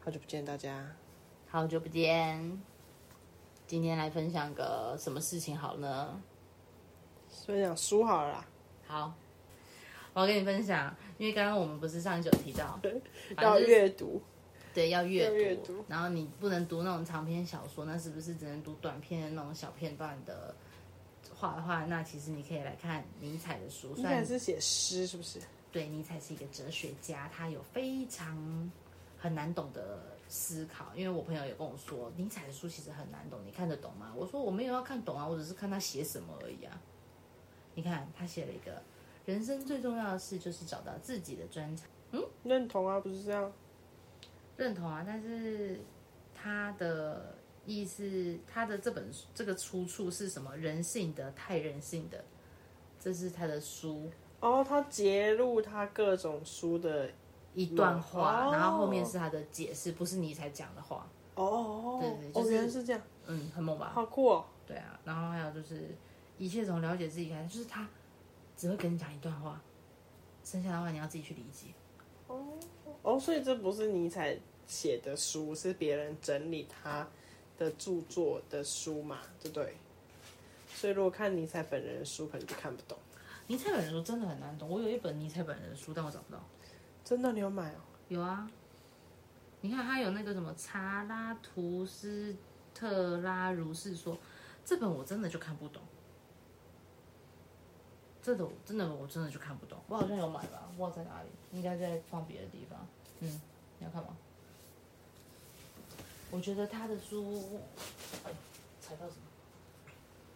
好久不见大家。好久不见，今天来分享个什么事情好呢？分享书好了啦，好，我要跟你分享，因为刚刚我们不是上一集有提到，反要正就是阅读，对要阅要读，阅读然后你不能读那种长篇小说，那是不是只能读短篇的那种小片段的画的话，那其实你可以来看尼采的书，你虽然还是写诗是不是？对，尼采是一个哲学家，他有非常很难懂的思考。因为我朋友有跟我说，尼采的书其实很难懂，你看得懂吗？我说我没有要看懂啊，我只是看他写什么而已啊。你看他写了一个，人生最重要的事就是找到自己的专长，认同啊，不是这样。认同啊。但是他的意思，他的这本书这个出处是什么？人性的，太人性的，这是他的书。哦，他揭露他各种书的，一段话，哦然后后面是他的解释，不是尼采讲的话。哦哦对哦对，就哦，是原来是这样，嗯，很猛吧？好酷哦。对啊，然后还有就是一切从了解自己开始，就是他只会跟你讲一段话，剩下的话你要自己去理解。哦，所以这不是尼采写的书，是别人整理他的著作的书嘛，对不对？所以如果看尼采本人的书，可能就看不懂。尼采本人的书真的很难懂，我有一本尼采本人的书，但我找不到。真的，你有买哦？有啊，你看他有那个什么查拉图斯特拉如是说，这本我真的就看不懂。这种真的我真的就看不懂，我好像有买吧，我在哪里？应该在放别的地方。嗯，你要看吗？我觉得他的书，哎，踩到什么？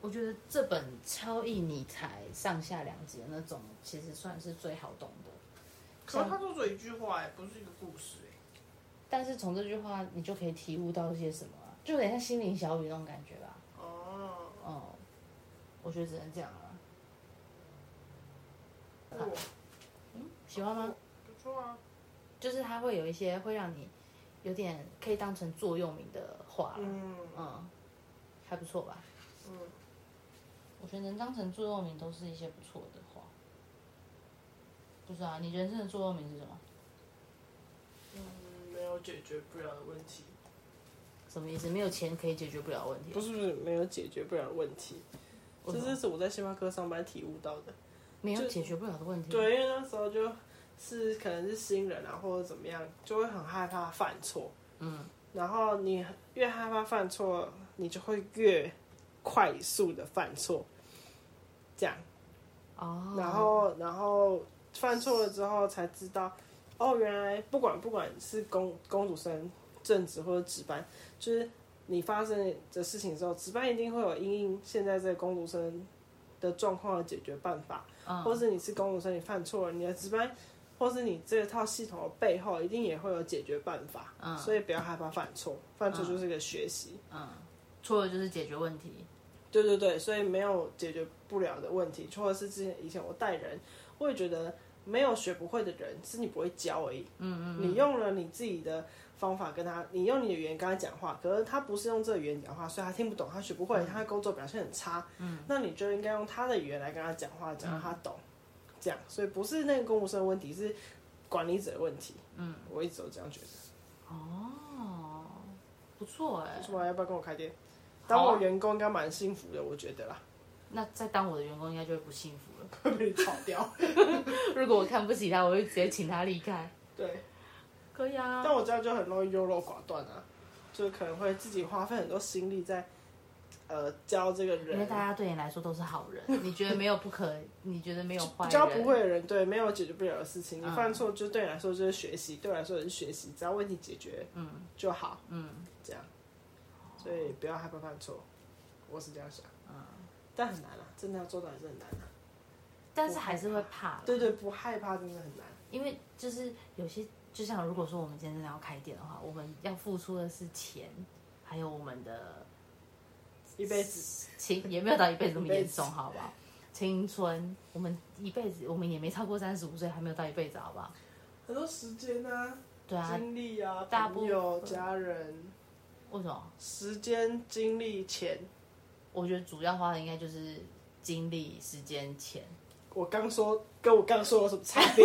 我觉得这本超译尼采上下两集的那种，其实算是最好懂的。可是他都只有一句话、哎，不是一个故事、哎。但是从这句话，你就可以体悟到一些什么、啊，就有点像心灵小雨那种感觉吧。哦，哦、我觉得只能这样啊了。我喜欢吗？哦不错啊，就是它会有一些会让你有点可以当成座右铭的话啦，嗯，嗯，还不错吧？嗯，我觉得能当成座右铭都是一些不错的话。不是啊，你人生的座右铭是什么？嗯，没有解决不了的问题。什么意思？没有钱可以解决不了问题。不是不是，没有解决不了的问题。为什么这是我在星巴克上班体悟到的。没有解决不了的嗯问题。，对，因为那时候就是可能是新人啊，或者怎么样，就会很害怕犯错。嗯，然后你越害怕犯错，你就会越快速的犯错，这样。哦，然后，然后犯错了之后才知道，哦，原来不管不管是公公主生、正职或者值班，就是你发生的事情之后，值班一定会有因应现在这个公主生的状况的解决办法，嗯或是你是公主生，你犯错了，你的值班，或是你这套系统的背后一定也会有解决办法，嗯所以不要害怕犯错，犯错就是一个学习。嗯，错了就是解决问题。对对对，所以没有解决不了的问题，或者是之前以前我带人，我也觉得没有学不会的人是你不会教而已。嗯嗯你用了你自己的方法跟他，你用你的语言跟他讲话，可是他不是用这个语言讲话，所以他听不懂，他学不会，他的工作表现很差。嗯，那你就应该用他的语言来跟他讲话，讲到他懂。这样，所以不是那个公务生的问题，是管理者的问题。嗯，我一直都这样觉得。哦，不错哎、出来要不要跟我开店？好啊当我员工应该蛮幸福的，我觉得啦， 那再当我的员工应该就会不幸福了。 会被炒掉。如果我看不起他，我会直接请他离开。对，可以啊但我这样就很容易优柔寡断啊，就可能会自己花费很多心力在呃教这个因为人大，家对你来说都是好 人，你觉得没有不可，你觉得没有坏人，教不会的人，对，没有解决不了的事情，嗯你犯错就对你来说就是学习，对我来说也是学习，只要问题解决，嗯，就好，嗯，这样，所以不要害怕犯错，我是这样想，嗯，但很难啊，真的要做到也是很难啊，但是还是会怕啦对对，不害怕真的很难，因为就是有些，就像如果说我们今天真的要开店的话，我们要付出的是钱，还有我们的一辈子青也没有到一辈子那么严重，一辈子好不好？青春，我们一辈子，我们也没超过三十五岁，还没有到一辈子，好不好？很多时间啊，对啊，精力啊，大部朋友、家人，为什么？时间、精力、钱。我觉得主要花的应该就是精力、时间、钱， 我刚说跟我刚说有什么差别？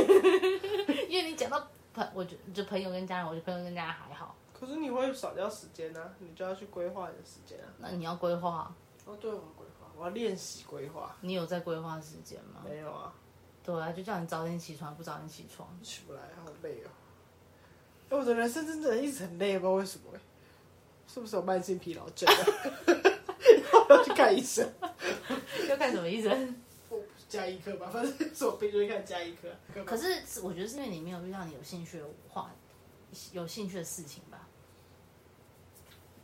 因为你讲到朋，我觉就朋友跟家人，我觉得朋友跟家人还好， 可是你会少掉时间呢、你就要去规划你的时间啊。那你要规划，哦，对，我要规划，我要练习规划。你有在规划时间吗？没有啊，对啊，就叫你早点起床，不早点起床。 起不来，好累哦。哎，我的人生真的一直很累，不知道为什么、哎是不是有慢性疲劳症、啊？ 要不要去看医生？要看什么医生？我加一科吧，反正是我病就去看加一科。啊科吧可是我觉得是因为你没有遇到你有兴趣的话，有兴趣的事情吧。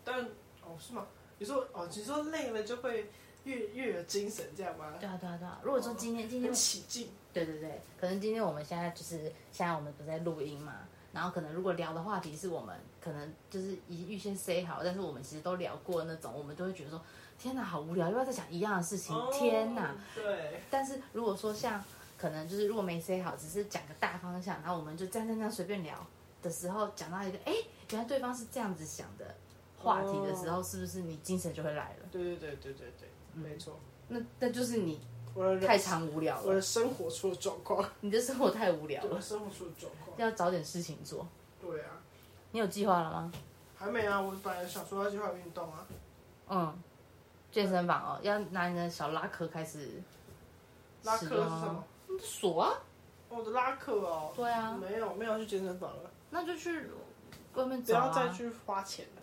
但哦是吗？你说哦，你说累了就会越越有精神这样吗？对啊，对啊，对啊。如果说今天今天很起劲，对对对，可能今天我们现在就是现在我们不在录音嘛，然后可能如果聊的话题是我们可能就是一预先 say 好，但是我们其实都聊过那种，我们都会觉得说天哪，好无聊，又要再讲一样的事情，天哪！哦！对，但是如果说像可能就是如果没 say 好，只是讲个大方向，然后我们就这样这样这样随便聊的时候，讲到一个哎，诶原来对方是这样子想的话题的时哦候，是不是你精神就会来了？对对对对对对，没错。那那就是你我的人太常无聊我了的，生活出了状况，你的生活太无聊我了的，生活出了状况。要找点事情做。对啊，你有计划了吗？还没啊，我本来想说要去外面运动啊，嗯，健身房哦，要拿你的小拉克开始拉客是使用啊什么？锁啊，我的拉客哦，对啊，没有没有去健身房了，那就去外面不找啊。要再去花钱了。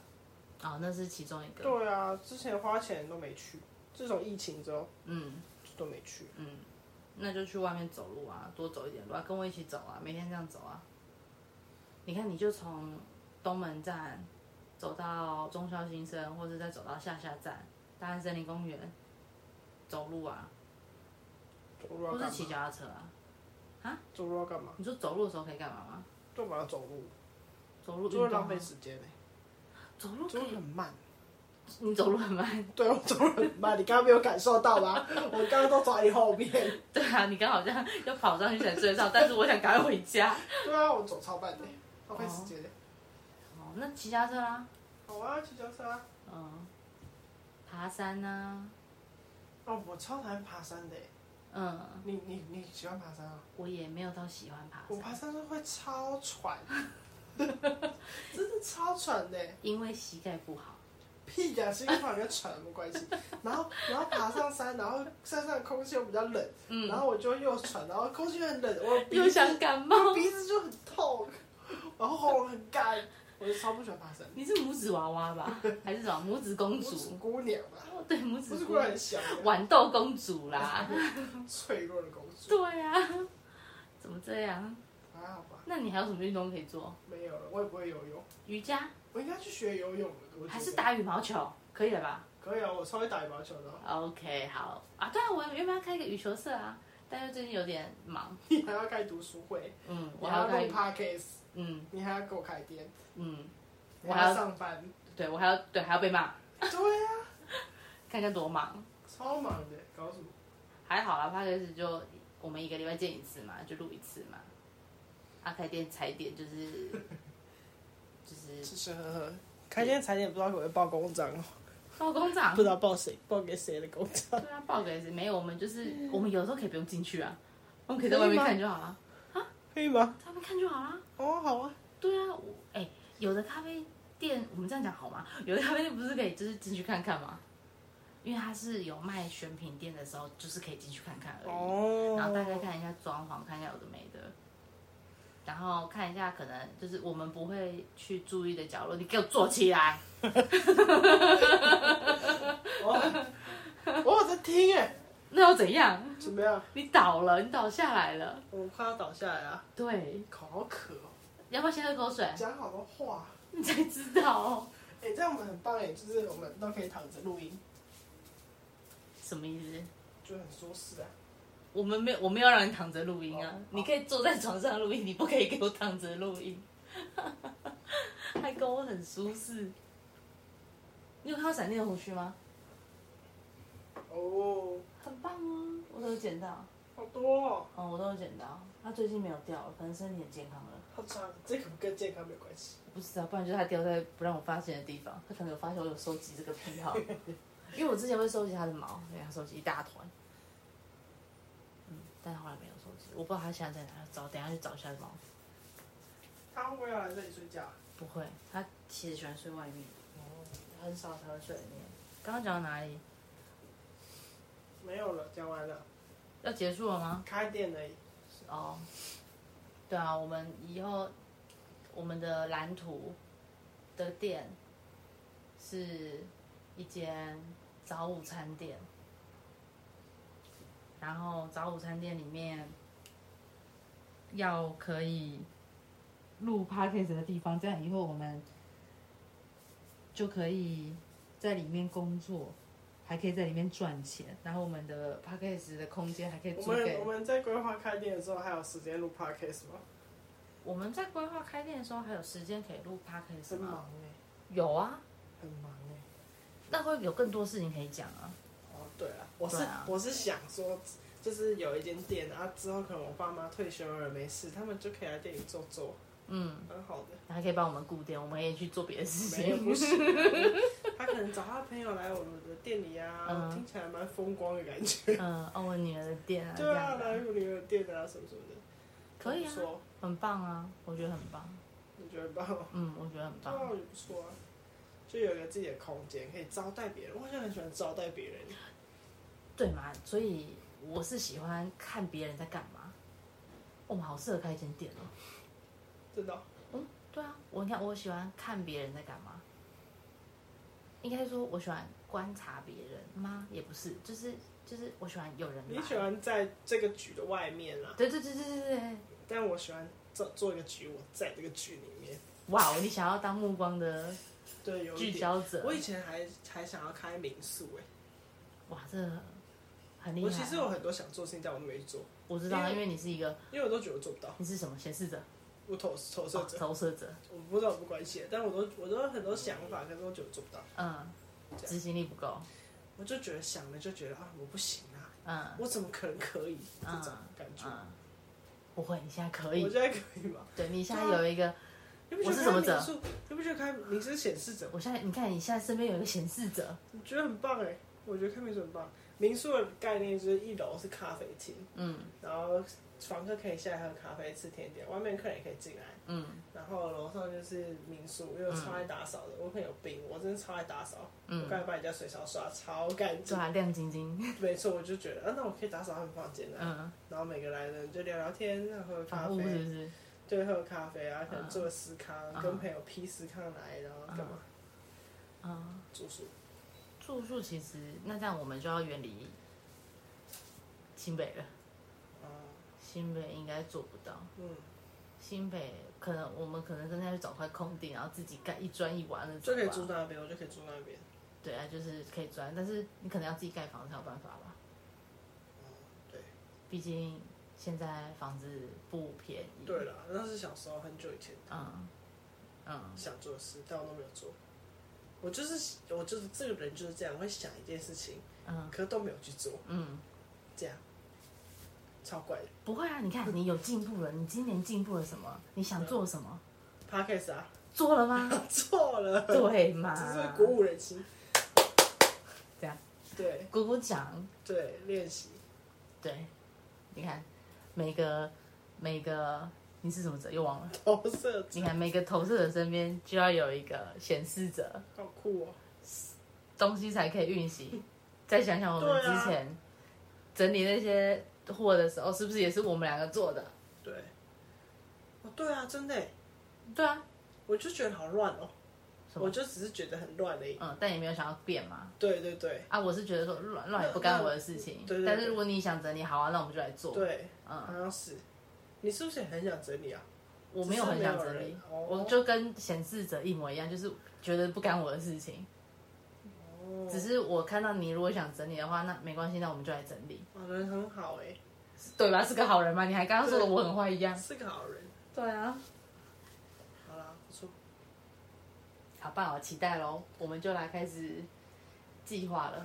哦，那是其中一个。对啊，之前花钱都没去，自从疫情之后嗯就都没去。嗯，那就去外面走路啊，多走一点路啊，跟我一起走啊，每天这样走啊。你看，你就从东门站走到中校新生，或者再走到下下站大安森林公园，走路啊，走路要不干是嘛？骑脚踏车啊。走路要干嘛？你说走路的时候可以干嘛吗？就把它走路，走路运就动会啊浪费时间欸走路可走路以，很慢。你走路很慢。对，我走路很慢，你刚刚没有感受到吗？我刚刚都走在你后面。 对啊，你刚好像要跑上去才追得上，但是我想赶快回家。对啊，我走超慢的，浪费时间的。 哦，那骑家车啦，好啊，骑脚车啊。嗯，爬山啊呐、哦，我超讨厌爬山的欸。嗯，你你你喜欢爬山啊？我也没有到喜欢爬我山，爬山是会超 喘，真的超喘的欸。因为膝盖不好。屁呀、是因为跑跟喘有什么关系？ 然后然后爬上山，然后山上的空气又比较冷，嗯，然后我就又喘，然后空气又很冷，我鼻又子想感冒。鼻子就很痛，然后喉咙很干，我就超不喜欢爬山。 你是拇指娃娃 吧？还是什么拇指公拇指主？姑娘吧，哦，对，拇拇指指姑姑娘娘很小的，豌豆公主啦。 脆弱的公主，对啊，怎么这样？还好吧？那你还有什么运动可以做？没有了，我也不会游泳，瑜伽我应该去学游泳了。我觉得还是打羽毛球，可以了吧？可以啊，我稍微打羽毛球的啊， OK，好啊，对啊，我原本要开一个羽球社啊，但是最近有点忙， 你还要开读书会，嗯，你我还还要要开录，podcast，嗯你还要给我开店，嗯，你我还还要要，上班，对我还要，对还要被骂，对啊，看看多忙，超忙的，搞什么？还好啦 p a c k a g 就我们一个礼拜见一次嘛，就录一次嘛，啊，开店踩点就是就是吃吃喝喝。开店踩点不知道会不会报公章啊哦，报工厂不，知道报谁，报给谁的公章。对啊，报给谁？没有，我们就是我们有时候可以不用进去啊，我们可以在外面嗯可以吗看就好了，可以吗？在外面看就好了。哦，好啊。对啊，我哎、有的咖啡店，我们这样讲好吗？ 有的咖啡店不是可以就是进去看看吗？因为它是有卖选品店的时候，就是可以进去看看而已，哦然后大概看一下装潢，看一下有的没的，然后看一下可能就是我们不会去注意的角落，你给我坐起来。哦， 我有在听哎，那又怎样？怎么样？你倒了，你倒下来了。我快要倒下来了，对，口好渴哦。要不要先喝口水？ 讲好多话，你才知道哦。哎，这样我们很棒哎，就是我们都可以躺着录音，什么意思？就很舒适啊。我们没有，我没有让你躺着录音啊哦好，你可以坐在床上录音，你不可以给我躺着录音， 还跟我很舒适。你有看到闪电的胡须吗？哦，很棒啊，我都有剪到，好多哦，哦，我都有剪到。他最近没有掉了，可能身体很健康了，好长，这个跟健康没有关系。我不知道，不然就是他掉在不让我发现的地方。他可能有发现我有收集这个癖好， 因为我之前会收集他的毛，给他收集一大团，嗯，但后来没有收集，我不知道他现在在哪，找等一下去找一下毛。他会不会要来这里睡觉啊？不会，他其实喜欢睡外面，哦很少才会睡里面。刚刚讲到哪里？没有了，讲完了，要结束了吗？开店而已。哦，对啊，我们以后我们的蓝图的店是一间早午餐店，然后早午餐店里面要可以录 podcast 的地方，这样以后我们就可以在里面工作。还可以在里面赚钱，然后我们的 p a c k a g e 的空间还可以我租给们我们在规划开店的时候，还有时间录 podcast 吗？我们在规划开店的时候，还有时间可以录 podcast 很吗忙？哎、有啊，很忙哎、那会有更多事情可以讲啊。哦，对啊，我是、对啊我是想说，就是有一间店啊，之后可能我爸妈退休了没事，他们就可以来店里坐坐，嗯，蛮好 的。还可以帮我们顾店，我们也去做别的事没有不行情。啊、 他可能找他朋友来我们的店里啊，嗯听起来蛮风光的感觉。 嗯，哦，我女儿的店啊，对这啊，样来的我女儿店啊，什么什么的，可以啊不，错，很棒啊，我觉得很棒。你觉得棒吗？嗯，我觉得很对啊， 棒我。觉得不错啊，就有一个自己的空间，可以招待别人。我好像很喜欢招待别人，对嘛？所以我是喜欢看别人在干嘛。我们好适合开一间店哦。真的哦、嗯，对啊，我你看，我喜欢看别人在干嘛。应该说，我喜欢观察别人吗？也不是，就是就是，我喜欢有人来。你喜欢在这个局的外面啊，对对对对对对，但我喜欢做做一个局，我在这个局里面。哇，你想要当目光的对，有一聚点。焦者，我以前还还想要开民宿哎、哇，这很厉害。啊我其实有很多想做的事情，但我都没做，我知道啊，因因为为你是一个，因为我都觉得我做不到，你是什么显示者、我投投射哦者。投射者，我不知道我不关系，但我都我都有很多想法，可是我就做不到。嗯，执行力不够，我就觉得想了就觉得啊，我不行啊，嗯我怎么可能可以这嗯种感觉？嗯，不会，你现在可我以，觉得可以吧？对你现在有一个，你不觉我得是什么开者民宿？你不觉得开民宿显示者？我现在你看你现在身边有一个显示者，我觉得很棒哎、我觉得开民宿很棒。民宿的概念就是一楼是咖啡厅，嗯然后房客可以下来喝咖啡、吃甜点，外面客人也可以进来。嗯然后楼上就是民宿，因为我超爱打扫的，我很有病，我真的超爱打扫。我刚嗯，才把你家水槽刷得超干对净，啊，亮晶晶，没错，我就觉得啊，那我可以打扫他们房间啊。嗯，然后每个来的人就聊聊天，然后喝咖房屋是啡，不是？对，喝咖啡啊，可能嗯做司康，嗯跟朋友批司康来，然后干嘛啊，住宿？住宿其实那这样我们就要远离新北了，啊，新北应该做不到。嗯，新北可能我们可能真的要去找块空地，然后自己盖一砖一瓦那种吧。就可以住那边，我就可以住那边。对啊，就是可以砖，但是你可能要自己盖房才有办法吧。嗯对，毕竟现在房子不便宜。对。了，那是小时候很久以前嗯嗯想做的事，但我都没有做。我就是我就是这个人就是这样，我会想一件事情，嗯可是都没有去做，嗯，这样超怪的。不会啊！你看你有进步了，你今年进步了什么？你想做什么？ Podcast 啊， 做了吗？ 错了，对嘛？只是鼓舞人心。啊这样对鼓鼓掌。对，练习。对，你看每个每个你是什么者又忘了。投射者你看每个投射者身边就要有一个显示者，好酷哦！东西才可以运行。再想想我们对啊之前整理那些货的时候，是不是也是我们两个做的？对，哦，对啊，真的耶，对啊，我就觉得好乱哦，什么我就只是觉得很乱而已。嗯，但也没有想要变嘛。对对对啊，我是觉得说乱乱也不干我的事情。对对对但是如果你想整理，好啊，那我们就来做。，对，好嗯，像是。你是不是也很想整理啊？我没有很想整只是没有理人，哦我就跟显示者一模一样，就是觉得不干我的事情。哦，只是我看到你如果想整理的话，那没关系，那我们就来整理，哦人很好哎，对吧？是个好人嘛？你还刚刚说的对我很坏一样。是个好人。对啊。好啦，不错，好棒哦，期待喽！我们就来开始计划了。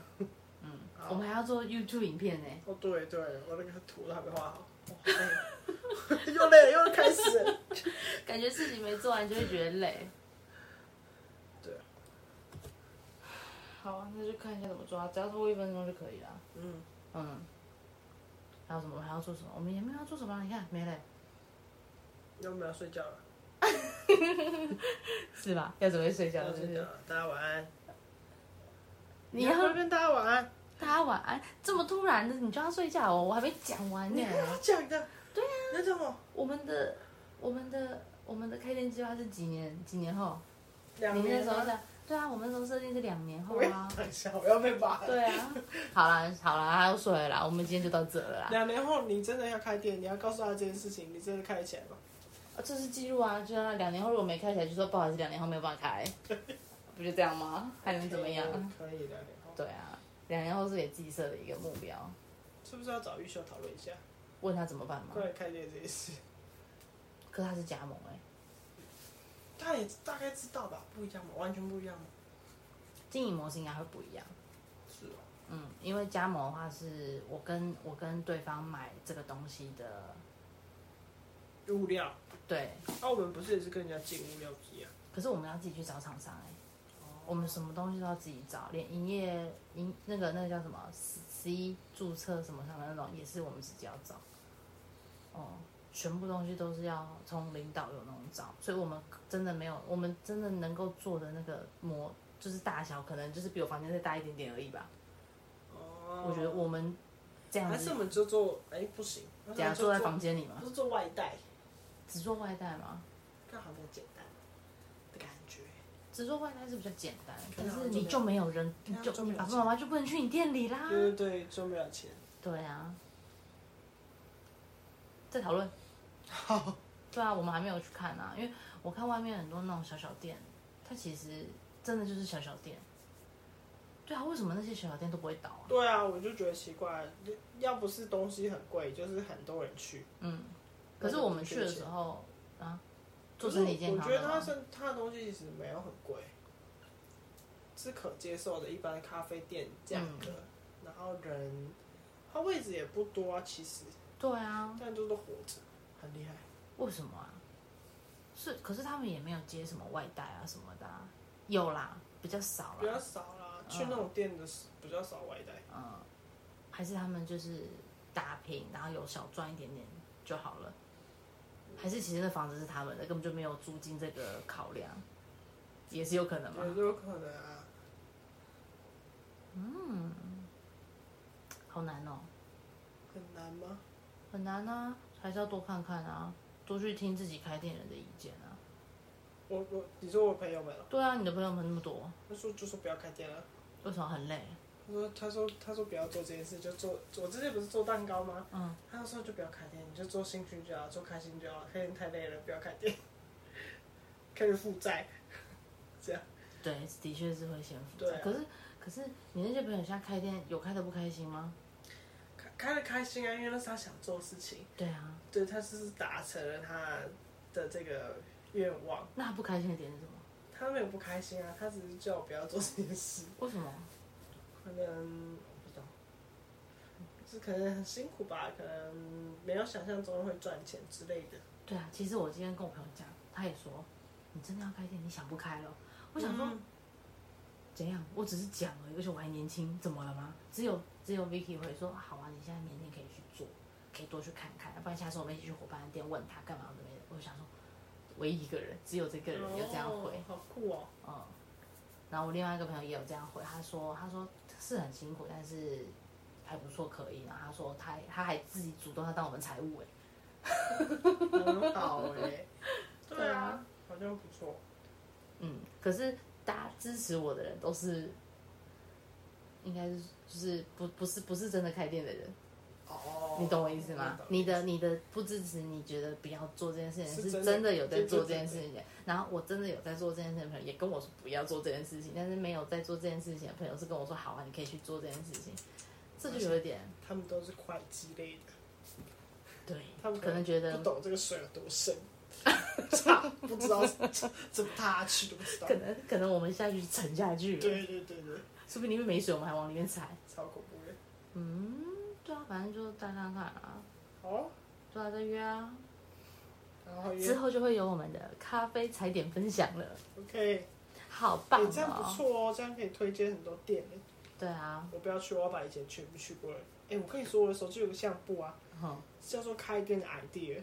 嗯，好我们还要做 YouTube 影片呢。哦对对，我那个图都还没画好，哇好累哦又累了又开始了。感觉事情没做完就会觉得累。对啊，好啊，那就看一下怎么抓，只要超过一分钟就可以了。嗯，嗯，还有什么？还要做什么？我们也没有要做什么啊，你看没嘞？要不要睡觉了？是吧？要准备睡觉要了，是不睡觉是？了，大家晚安。你要跟大家晚安，大家晚安，这么突然的你就要睡觉哦，我还没讲 完呢。讲的。对啊。你要讲我我们的我们的我们的开店计划是几年？几年后？两你那年时候吗？在？对啊，我们那时候设定是两年后我要啊。等一下，我要被骂。对啊，好啦好啦，又睡了啦，我们今天就到这了啦。两年后你真的要开店，你要告诉他这件事情，你真的开得起来吗？啊，这是记录啊，就让他两年后如果没开起来，就说不好意思，两年后没有办法开，不就这样吗？还嗯能怎么样？可以两年后，对啊，两年后是给自己设的一个目标，是不是要找玉秀讨论一下问他怎么办嘛。关于开店这件事？可他是加盟哎、他也大概知道吧，不一样嘛，完全不一样嘛。经营模式应该会不一样。是哦。嗯，因为加盟的话是我跟我跟对方买这个东西的，物料，对，啊，我们不是也是跟人家进物料机啊？可是我们要自己去找厂商哎、我们什么东西都要自己找，连营业营那个那个叫什么十十一注册什么上的那种，也是我们自己要找。哦，全部东西都是要从领导有那种找，所以我们真的没有，我们真的能够做的那个模就是大小，可能就是比我房间再大一点点而已吧。哦我觉得我们这样还是子我，们就做，哎，不行，等下坐在房间里嘛不，是做外带，只做外带嘛，更好像简单的感觉。只做外带是比较简单，对但啊就是没你有就没有人，对你啊就就没你有爸爸钱妈妈就不能去你店里啦。对对对，赚不了钱。对啊，在 讨论。好，对啊，我们还没有去看啊，因为我看外面很多那种小小店，它其实真的就是小小店。对啊，为什么那些小小店都不会倒啊？对啊，我就觉得奇怪，要不是东西很贵，就是很多人去。嗯，可是我们去的时候啊，做身体健我康觉得的它吗是它的东西其实没有很贵，是可接受的一般咖啡店价嗯格，然后人，它位置也不多啊，其实，对啊，但都都活着，很厉害。为什么啊？是，可是他们也没有接什么外带啊什么的、啊，有啦，比较少比较啦。少啦，嗯去那种店的比较少外带。嗯，还是他们就是打平，然后有小赚一点点就好了。还是其实那房子是他们的，根本就没有租金这个考量，也是有可能嘛。也有可能啊，好难哦，很难吗？很难啊，还是要多看看啊，多去听自己开店人的意见啊。我我你说我朋友们了，哦对啊，你的朋友们那么多，他说就说不要开店了。为什么很累？他说他说他说不要做这件事，就做我之前不是做蛋糕吗？嗯，他就说就不要开店，你就做兴趣就好，做开心就好，开店太累了，不要开店， 开始负债，这样对，的确是会先负对债。啊可是可是你那些朋友现在开店有开的不开心吗？开开的开心啊，因为那是他想做的事情，对啊，对他就是达成了他的这个愿望，那他不开心的点是什么？他没有不开心啊，他只是叫我不要做这件事。为什么？可能我不知道，就是可能很辛苦吧，可能没有想象中会赚钱之类的。对啊，其实我今天跟我朋友讲，他也说，你真的要开店，你想不开了。我想说，嗯怎样？我只是讲而已，而且我还年轻，怎么了吗？只有只有 Vicky 会说，好啊，你现在年轻可以去做，可以多去看看，要不然下次我们一起去伙伴店问他干嘛之类的。我想说，唯一一个人，只有这个人有这样回，哦好酷哦！嗯。然后我另外一个朋友也有这样回，他说，他说是很辛苦，但是还不错，可以。然后他说他他还自己主动要当我们财务哎，很好哎、 对对啊啊，好像不错。嗯，可是大家支持我的人都是，应该是就是不不是不是真的开店的人，哦你懂我意思吗？你你的你的不支持，你觉得不要做这件事是真情，是的真的有在对对做这对件事情的。然后我真的有在做这件事情的朋友也跟我说不要做这件事情，但是没有在做这件事情的朋友是跟我说好啊，你可以去做这件事情，这就有一点他们都是会计类的，对，他们可能觉得不懂这个水有多深，差不知道怎么踏下去都不知道可。能可能我们下去沉下去了，对对对对，说不定因为没水我们还往里面踩。超恐怖的。嗯，对啊，反正就大看看啊，好啊，对啊，再约啊。然后也之后就会有我们的咖啡踩点分享了， OK，好棒哎，这样不哦！错哦，这样可以推荐很多店欸对啊，我不要去，我要把以前全部去过了。哎、我跟你说，我的手机有个相簿啊，哼，叫做开店的 idea，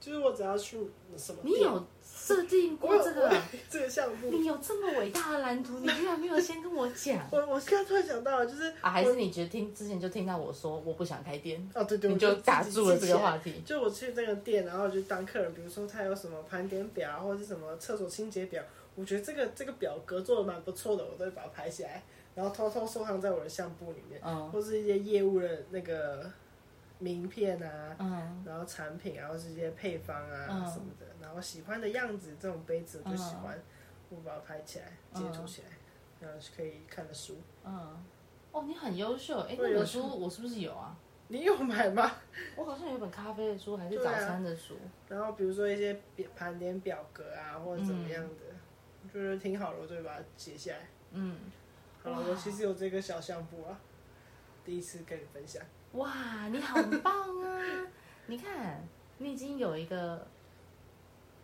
就是我只要去什么店，你有设定我过有这个我有？这个项目，你有这么伟大的 蓝图，你居然没有先跟我讲我我现在突然想到了，就是啊？还是你觉得听之前就听到我说我不想开店，哦对对，你我就自己打住了这记起个来话题？就我去那个店，然后就当客人，比如说他有什么盘点表啊或者是什么厕所清洁表，我觉得这个这个表格做的蛮不错的，我都会把它拍下来，然后偷偷收藏在我的相簿里面，嗯或是一些业务的那个名片啊，嗯然后产品啊，然后是一些配方啊、嗯什么的，然后喜欢的样子，这种杯子我就喜欢，我把它拍起来，截图起来。然后是可以看的书，嗯，哦，你很优秀。哎，我那有本书我是不是有啊？你有买吗？我好像有本咖啡的书，还是对早啊餐的书。然后比如说一些表盘点表格啊，或者怎么样的，我觉得挺好的，我就会把它写下来。嗯，好了，哇我其实有这个小相簿啊，第一次跟你分哦享。哇，你好棒啊！你看，你已经有一个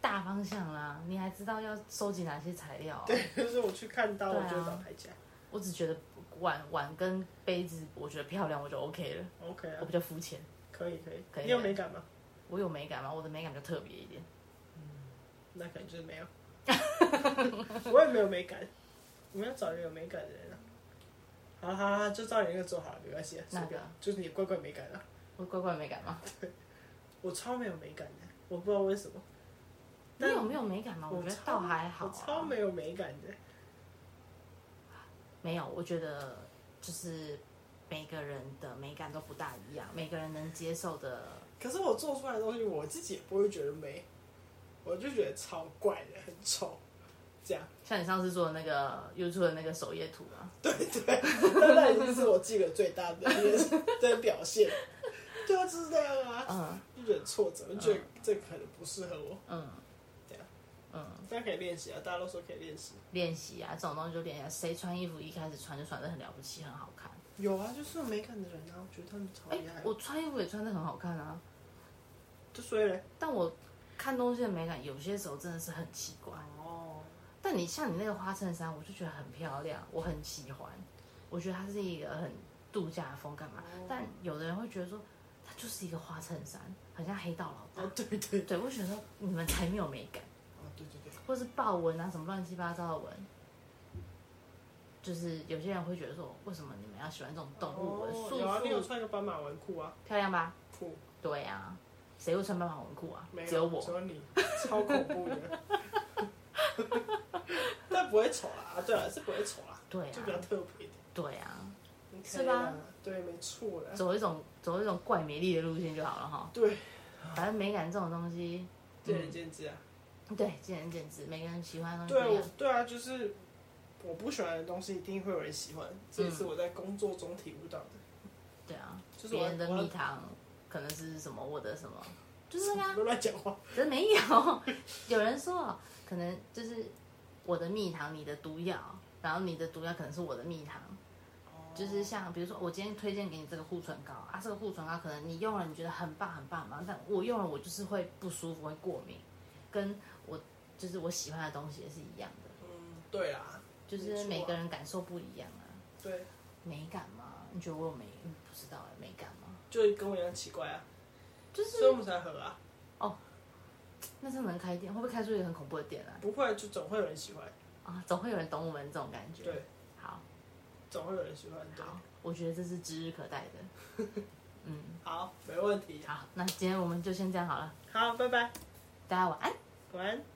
大方向啦，你还知道要收集哪些材料、啊。对， 就是我去看到，对我啊就把它拍起来。我只觉得碗碗跟杯子，我觉得漂亮，我就 OK 了。 OK 我啊比，较肤浅，可以可以。哦可以你有美感吗？我有美感吗？我的美感比较特别一点。那可能就是没有。 我也没有美感，我们要找一个有美感的人啊。好了好了，就照你那个做好了，没关系啊，随哪便个。就是你乖乖美感啊，我乖乖美感吗？我超没有美感的，我不知道为什么。你但有没有美感吗？哦我觉得倒还好、我超啊。没有美感的。没有，我觉得就是每个人的美感都不大一样，每个人能接受的。可是我做出来的东西，我自己也不会觉得美，我就觉得超怪的，很丑，这样。 像你上次做的那个 YouTube 的那个首页图啊嘛，但那已经是我记得最大的也是的表现。对啊，就是这样啊，嗯就觉得很挫折，就觉得这个可能不适合我。嗯，对啊，嗯。大家可以练习啊，大家都说可以练习。练习啊，这种东西就练习、啊。谁穿衣服一开始穿就穿的很了不起，很好看。有啊，就是有美感的人啊，我觉得他们超哎、厉害。我穿衣服也穿的很好看啊，就所以嘞，但我看东西的美感有些时候真的是很奇怪。哦，但你像你那个花衬衫，我就觉得很漂亮，我很喜欢。我觉得它是一个很度假风，干嘛？哦但有的人会觉得说，它就是一个花衬衫，很像黑道老哦大。，对对，对，我觉得你们才没有美感，哦，对对对，或是豹纹啊，什么乱七八糟的纹。就是有些人会觉得说，为什么你们要喜欢这种动物纹？哦素有啊，你有素穿一个斑马纹裤啊，漂亮吧？酷，对啊，谁会穿斑马纹裤啊没？有，只有我只。有你，超恐怖的。 但不会丑啦，对啊，是不会丑啦，对就比较啊，特别一点对啊， ，OK 是吧啦？对，没错啦。走一种走一种怪美丽的路线就好了哈。对，反正美感这种东西，见仁见智啊。对，见仁见智，每个人喜欢的东对啊，西不一我样。对啊，就是我不喜欢的东西，一定会有人喜欢，这也是我在工作中体悟到的。对啊，就是我别人的我蜜糖可能是什么，我的什么，就是那个啊不，要乱讲话，真没有。有人说，可能就是我的蜜糖，你的毒药，然后你的毒药可能是我的蜜糖。就是像比如说，我今天推荐给你这个护唇膏啊，这个护唇膏可能你用了你觉得很棒很棒很棒，但我用了我就是会不舒服，会过敏，跟我就是我喜欢的东西也是一样的，嗯，对啦，就是每个人感受不一样啊。对，美感吗？你觉得我有美？嗯不知道哎，美感吗？就跟我一样奇怪啊，就是所以我们才合啊。那时候能开店，会不会开出一个很恐怖的店啊？不会，就总会有人喜欢，啊，总会有人懂我们这种感觉。对，好，总会有人喜欢。对，啊好，我觉得这是指日可待的。嗯，好，没问题。好，那今天我们就先这样好了，好，拜拜，大家晚安。晚安。